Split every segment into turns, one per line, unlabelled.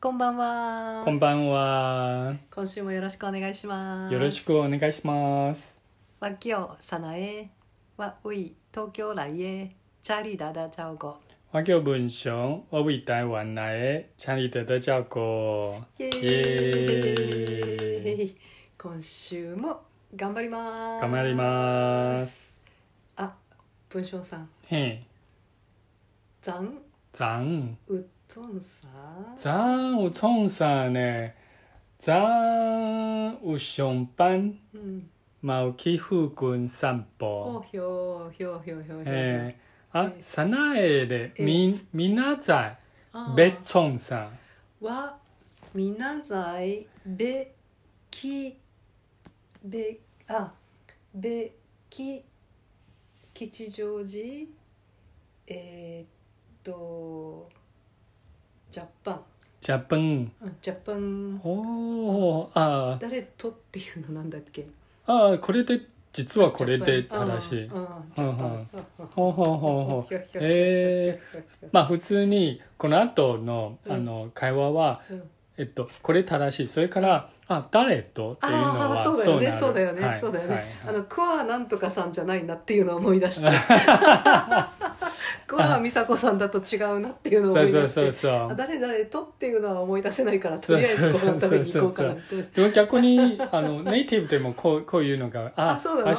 こんばんは。
こんばんは。
今週もよろしくお願いします。
よろしくお願いします。
わきょさなえ。わうい、東京来へ。チャリダダチャオゴ。
我叫文雄，我为台湾来的，请你多多照顾。
イエーイ
イ
今週も頑張ります。
頑張ります。
あ、文章さん。
嘿，
ざん、
咱
うっとんさん。
咱有创啥呢？咱有上班，
うん。
嘛有去附近散
お
步。
ひょひょひょひょひょ。
嘿，啊
嘿，
啥那的嘞？
嘿
明明仔载
あー
要创啥？
はみなざいべきべあべき吉祥寺えーっとジャパン
食饭。
あジャパン
おーあ
誰とっていうのなんだっけ
ーあー、これで実はこれで正しい
ジ。ャパンああジャパン
ほうほうほうほう。えまあ普通にこの後の
うん
あの会話は、
うん
えっと、これ正しいそれから「あ誰と?」っていうの
あ
は
あそうだよね
な
そう
る
だよ
は
ね
い
そうだよ
は
ね
い
あの桑なんとかさんじゃないなっていうのを思い出 して 桑美佐子さんだと違うなっていうのを思
そう
い
そう
出し
そう
て
そ
あ
う
誰誰とっていうのは思い出せないからとりあえずご飯食べに行こうかなって
でも逆にあのネイティブでもこうこういうのが「あ
あそうなの
明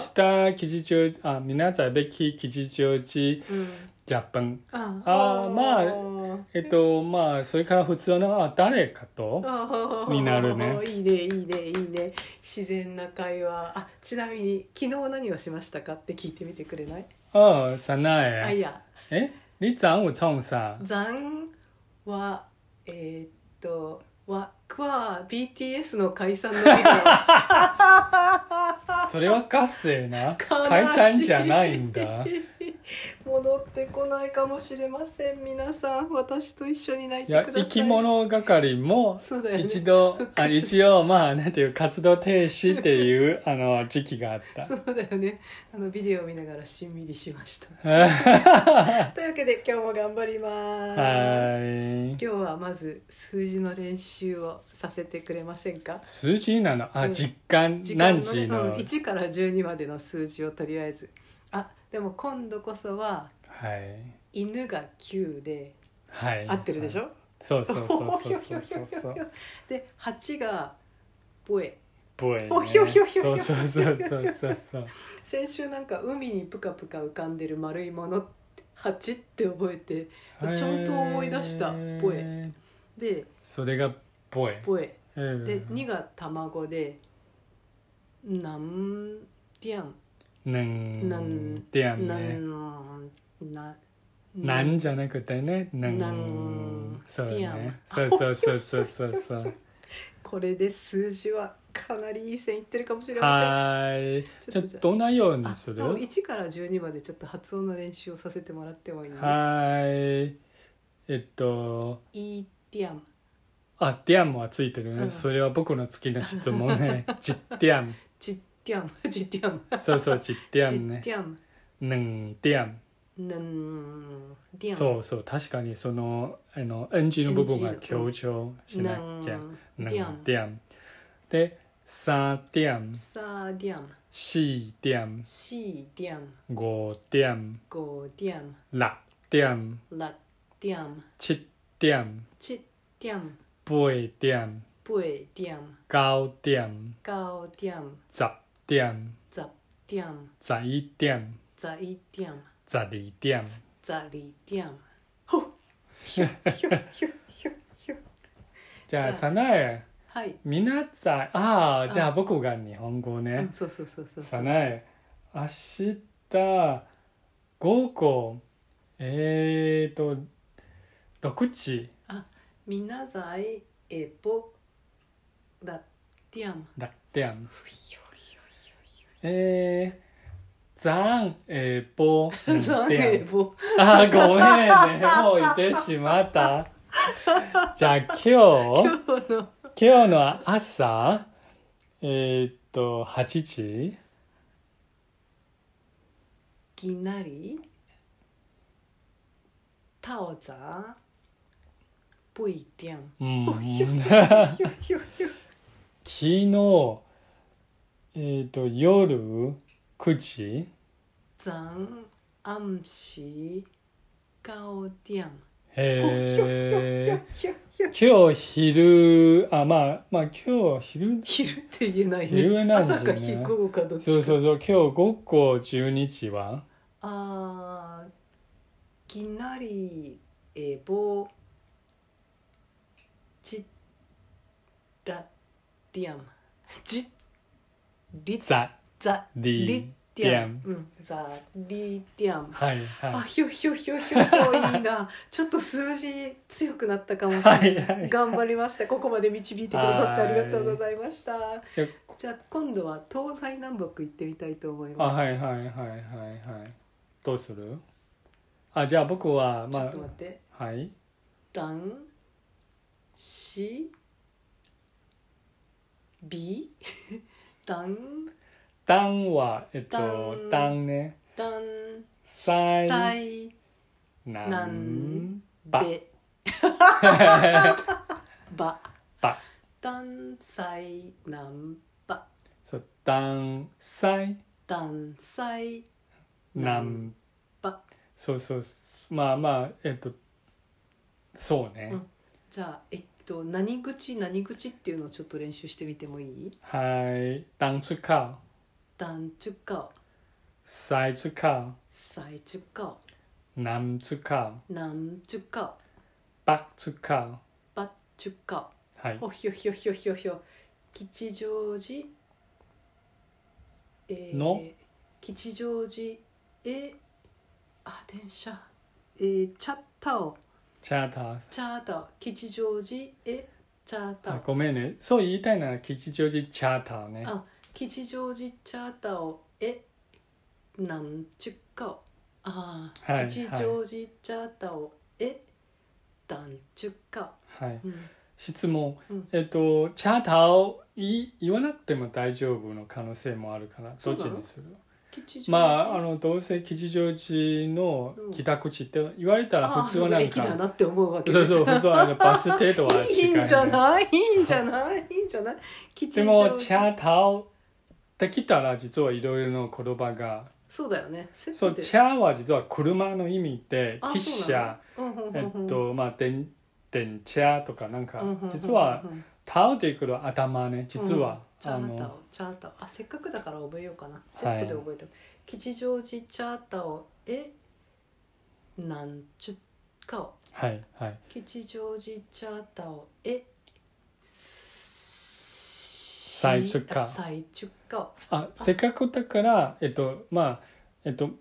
日吉祥寺あ皆さんべき吉祥寺
うん
ジャパン
あ
あーまあ
あ」
えっとまあそれから普通の「あ誰かと?」
あー
になるね
いいねいいねいいね自然な会話あちなみに昨日何をしましたかって聞いてみてくれない
ああさな
あ
え
いや
え你早午冲啥
残はえーっとはクワ BTS の解散の理由
それは合成な
悲しい
解散じゃないんだ
戻ってこないかもしれません皆さん私と一緒に泣い
い
て
や
ください
生き物係も
そうだよね
一 度、あ一応まあなんていう活動停止っていうあの時期があった
そうだよねあのビデオを見ながらしんみりしま した
は
というわけで今日も頑張ります
ーい
今日はまず数字の練習をさせてくれませんか
数字なのあ、
うん
実感
時間の,、
何
ね
時の、
うん、1から12までの数字をとりあえずあでも今度こそは
はい
犬が9で
はい
合ってるでし
はい
ょ
そうそうそう
おひ
そ
ょ
う
ひ
そ
ょ
う
ひ
そ
ょ
う
ひ
そ
ょ
う
で8がボエ
ボイね
おひょひょひ
そ
ょ
う
ひ
そ
ょ
うそうそうそうそう
先週なんか海にプカプカ浮かんでる丸いもの8って覚えて ちゃんと思い出したボ
イ
で
それがボイ
ボエで
で
2が卵でなんてやん
なん
なん
てやん
な
ね
んな
なんじゃなくてね、なん。
なん
そう
いや
ね。そうそうそうそうそ うそう。
これで数字はかなりいい線いってるかもしれません
はーい。
ち
じ
ょっ
ゃ
とじゃあ
どんなように
あ
する？
もう
は
1から12までちょっと発音の練習をさせてもらってもいい
ーい。えっと、
いいティアム
あ、ディアムはついてるね。
うん
それは僕の好きな質問ね。 ジッディアム。
チッティアム チッティアム
そうそう、ジッディア
チ
ム
ッ
ね。
ティアム
なんディアム。
なんディアム
そうそう、確かにそのあの NG の部分が
NG の
強調しなきゃ。
なん
なん
デ
デ
ィアム
ィアム。で、三ディアム、
サディアム
四ディアム、
シディアム
五ディアム。
ゴディアム
六点、
ラディアム
七点、
チッディアム
八点、
ブエディアム
九点、
ガオディアム
十点、
ザディアム
十一点、
ザイディアム
十二点。
ザリディアムほっひょひょひょひょひょじ
じゃ
ゃあ
あ、さなえ、
はい、
みなさん、ああ、じゃ
あ
あ僕が日本語
う
ね
ん、。そうそうそうそうそ
さ
う
なえ、明日、午後、えーと、六時、
みなざいえぼラディアム
六点。
ふひょひょひょひ
えー、残、えー、ぼ、
ょザえ
点。
ぼ
あー、ごめんね。もういてしまった。じゃあ今日、今
今日の
日の朝、えーっと、8時
きなりタオザ不一定。
うん、
お
昨
ひゅ
日、
ひゅひゅひゅ
えっ、と、夜9時
残暗時高点。
へ
ひゅひゅひゅひゅ
え。今日昼、あ、まあ、まあ今日昼、
昼って言えない
昼
ね。
なんです
朝
ね
か昼午後かどっちか。
そうそうそう、今日午後12時は
あーきなりえぼちらディアムじりざ
ザ・
ざ
ディ
り・デ
ディ
ィ
ア
ア
ム
ム。うんざりディアム
はい
あ
は
ひょひょひょひょひょいい なちょっと数字強くなったかも
い。
しれな、
はいいはい。
頑張りましたここまで導いてくださってありがとうございました
よ
じゃあ今度は東西南北行ってみたいと思い
あ、
ます、
はいはいはいはいはい。どうするあ、じゃあ僕は、
ちょ
ま
っと待って、
あ、はい。
男子 B 男
段は、えっと、
段
段ね。
男
さい、
西
な
なんん、
ば。
べば
ば
男西南ば
そう、段、さい、
男西
なん
ば
そうそうそう。まあまあ、えっと、そうね。
うんじゃあえっと何口何口っていうのをちょっと練習してみてもいい
はい。段出口、
男出口
さい出口、
西出口
南出口、
南出口
北出口。
ば出口
はい。
おひょひょひょひょひょ吉祥寺、えー
の
吉祥寺へあ電車えー、チャッタオ
チャーター。
チャータオ吉祥寺へチャータ
あ
オ
ごめんね。そう言いたいなら吉祥寺チャーターね。
あ吉祥寺チャータオへ南十口あー、
はい
吉祥寺チャータオへ南十口、
はい。
うん、
質問、
うん
えっとチャーターを言い言わなくても大丈夫の可能性もあるからど
そ
っ
う
ち
なの
にする
吉祥
ま
寺
ああのどうせ吉祥寺の北口って言われたら
あー
普通
そ
は
こ
なん
駅だ
か
なって思うわけ
そうそう普通はあのバス停とは違 う、
いいんじゃないいいんじゃないいいんじゃない吉
で
祥
もチ
寺
ャーターをできたら実はいろいろな言葉が
そうだよねセッ
そ
ト
う
で
チャーは実は車の意味で
あ
汽
そうな
車
のうんうんうん
え
うん
っとまあ電電車とかなんか
うんうんうんうん
実はタオでくる頭ね実
うん
は、
チャ
あ
ーター
の
をチャーターあせっかくだから覚えようかなセットで覚えて吉祥寺チャーターをえなんちゅっかを
はいはい
吉祥寺チャーターをえ
サ
最
イチュッカ
最中かを
あせっかくだからえっとまあえっと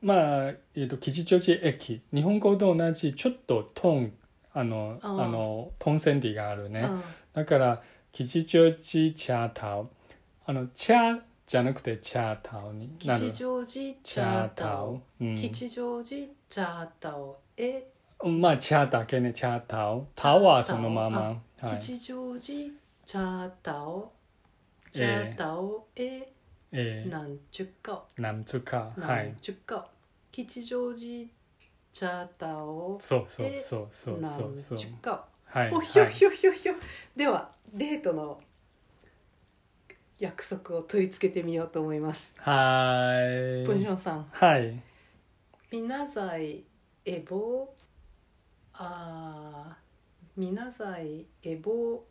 まあ、えっと、吉祥寺駅日本語と同じちょっとトーンあのあ
あー
のトーンセンティがあるね、
うん
だから吉祥寺チャーターあのチャーじゃなくてチャーターになる
吉祥寺チ
チ
ャ
ャ
ー
ー
タ
タ
ーを
ー、うん、
吉祥寺チャータオへ、
まあチャーだけねチャーターターはそのままはい
吉祥寺チャータオ
えー
チャータオへ、
えー、
何十か
なんとかはい
何十か吉祥寺チャータオ
そうそうそうそうそ
何
うそう
十か
はい
お
はい
ひょひょひょひょではデートの約束を取り付けてみようと思います
はい
文章さん
はい
みなざいえぼあーみなざいえぼ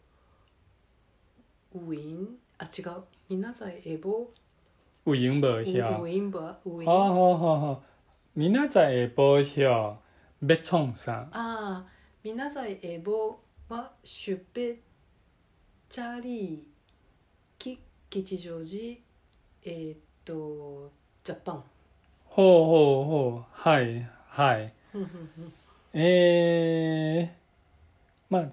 ウィンあ違うみなざいえぼ
ウィンボ
ウウ
ヒョウ
ィンバウィ
あは
ン
ははみなざえぼヒョベチョンさん
あーみなざいえぼはシュペチャリき吉祥寺えーっとジャパン
ほうほうほうはいはい
ふんふんふん
えー、まあ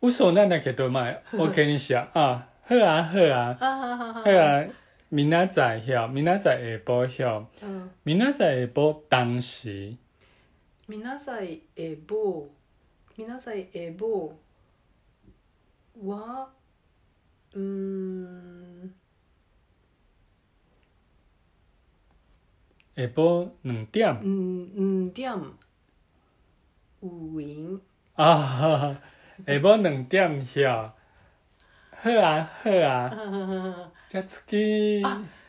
嘘なんだけどまあ OK にしようあふあふあ
あ
ふ
ー
あみなざえひょみなざえぼヒョ
うん
みなざえぼ当時
みなさいえぼうみなさいえぼうはうーん
えぼん点
うんうんりゃんういん
啊，下晡两点遐。好啊好
あ
啊，
ー
じゃあ次。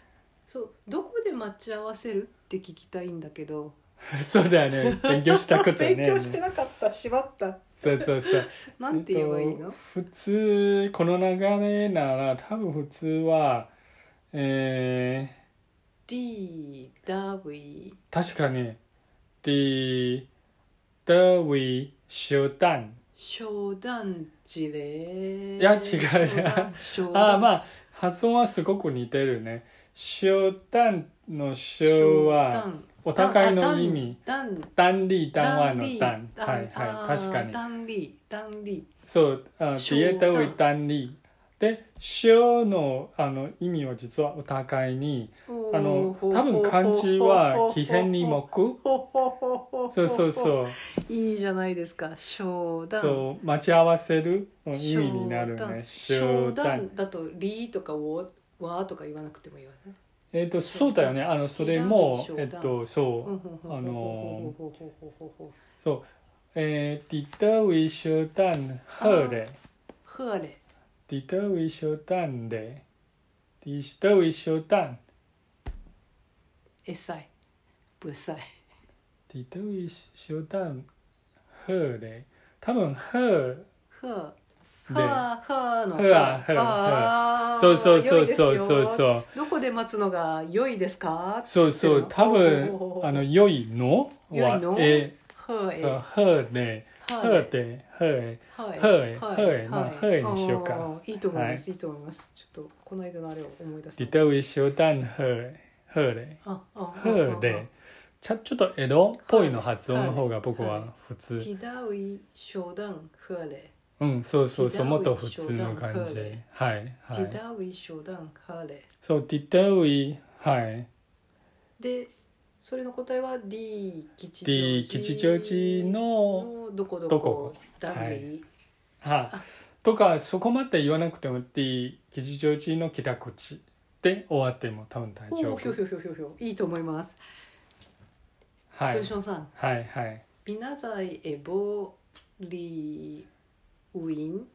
そうどこで待ち合わせるって聞きたいんだけど
そうだよね。勉強したことね。
勉強してなかった縛った
そうそうそう。
なんて言えばいいの、
普通この流れなら多分普通は、え
D W
ー、確かに the the we 集団
商談事例
いや違う違う
商
ああま
あ
あ発音はすごく似てるね集団の集はお互いの意味
段
単利単和の単
段
はいはい確かに
段理段理
そうあ
集
消
団
えた上単利で集のあの意味は実はお互いにあの多分漢字は奇変に
も
木そうそう
う
そう。
いいじゃないですか商談
そう、待ち合わせるの意味になるね。
商
商談。
談だとリーとかをわーとか言わなくてもいいわね
えっと、そうだよね。あの、それ
商
も
談、
えっと、そう。あのえー、ディタウィ商談、ハーレ。
ふわれ
ディタウィ商談で。ディタウィ商談。
えさいぶさい
ディタウィ商談、ハーレ。多分、ハー、
ふわ
で
ふわふわの
ふわふわ
あー
そうそうそうそう
良いです
そ
よ
うそう。
どこで待つのが良いですか
そうそう、多
おーおーお
分、
ー
あの、良いの
良い
は
の、
え
は
ー、
い
そう、
は
ハーレ。ハー
い
レ、ハーレ。
はい
はいはい
は
まあはいにしようか
あーいいと思いますいいと思いますちょっとこの間のあれを思い出す
リタウィ商談和和で
あ あ
和でちょちょっと江戸っぽいの発音の方が僕
はいは
は普
テ
通
ィダウイ商談ふわれ
うんそうそう
テ
そ
ィダウ
うも
ィ
っと普通の感
商談
じ
和
はい
テ
は
ィ
い
ダウイ商談ふわれ
そうリタウィはい
でそれの答えは D 吉祥寺
D 吉祥寺の
のどこど
ど
こ
こ
ダウイ
は
あ
とかそこまで言わなくても D 吉祥寺の北口で終わっても多分大丈
おおひょ
夫
ひょひょひょひょいいと思います
は
ト
い
ヨションさん
はいはい
ビナザイエボリウィン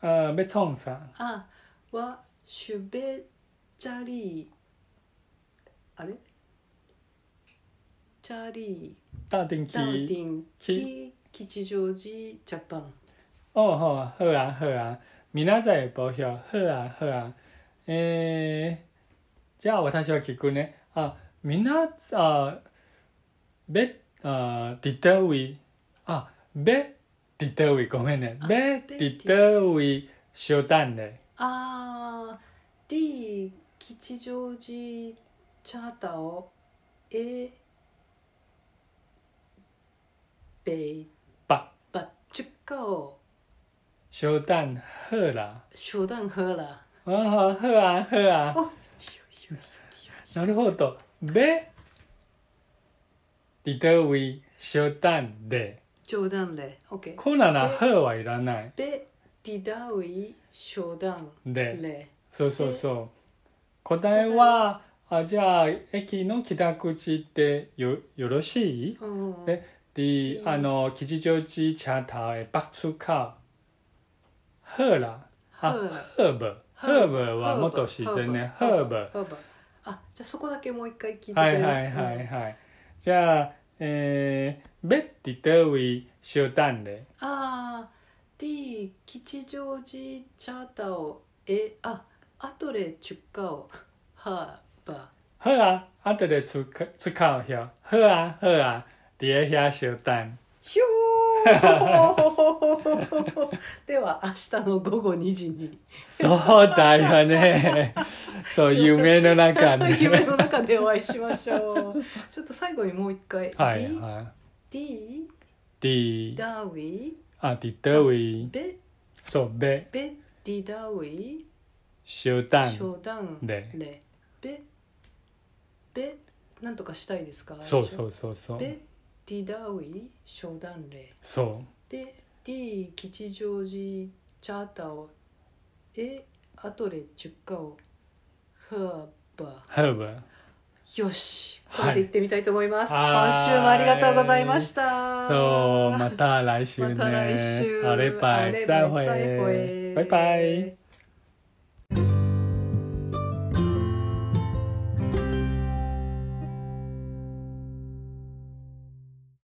あベチョンさん
あはシュベチャリあれチャリ
大電
ダウデ
気
ィンキ吉祥寺ジャパン
哦吼，好啊好啊，明仔载的报晓，好啊好啊。诶、じゃあ私は聞くね。あ、みんなあ、べあ、ディタウィ、あ、べディタウィごめんね。べディタウィ商談で。
あー D 吉祥寺チャーターを A ベイ
ば
バッチュッカを
商談好啦。
商談フーラ
ああ好啊好啊。
おひょひょ
なるほど。べディタウィ商談で。
冗談で OK
こうなら好はいらない。
ベディダウイ商談
で。
レ
そうそうそう。答えは、あじゃあ、駅の北口ってよよろしい
うん
でで
う、ん
あの、吉祥寺チャーターへ爆出か。ヘーラ。あ、
ヘーラ
ヘーブ。ヘーブはもっと自然ね。ヘーブ。
ハーブあじゃあそこだけもう一回聞いてく
は
れ
い
る
はいはいはい。じゃあ、えー、ベッディデウィ集団で。
ああ D 吉祥寺チャーターをえあアトレチュッカをハーバ
好啊、後で使使うよ。好啊、好啊、ディエヒャ集団。
ひょー では明日の午後2時に
そうだよ ね。そう、夢の中で。
夢の中でお会いしましょうちょっと最後にもう一回、
はいは
D,
い。D
D ダーウィ
あ、D だウィ。
ベ
そう、べ、
ベディダーウィ
集団。
商談
で
レベベなんとかしたいですか
そうそうそうそう。
ベディダウイ商談例
そ
で D 吉祥寺チャーターを A アトレチュッカをハーバー
う。ハーブ。
よしこれで行ってみたいと思います、
はい
今週もありがとうございました
そう、また来週ね。
また来週
あればい、再会
再会
バイバイ。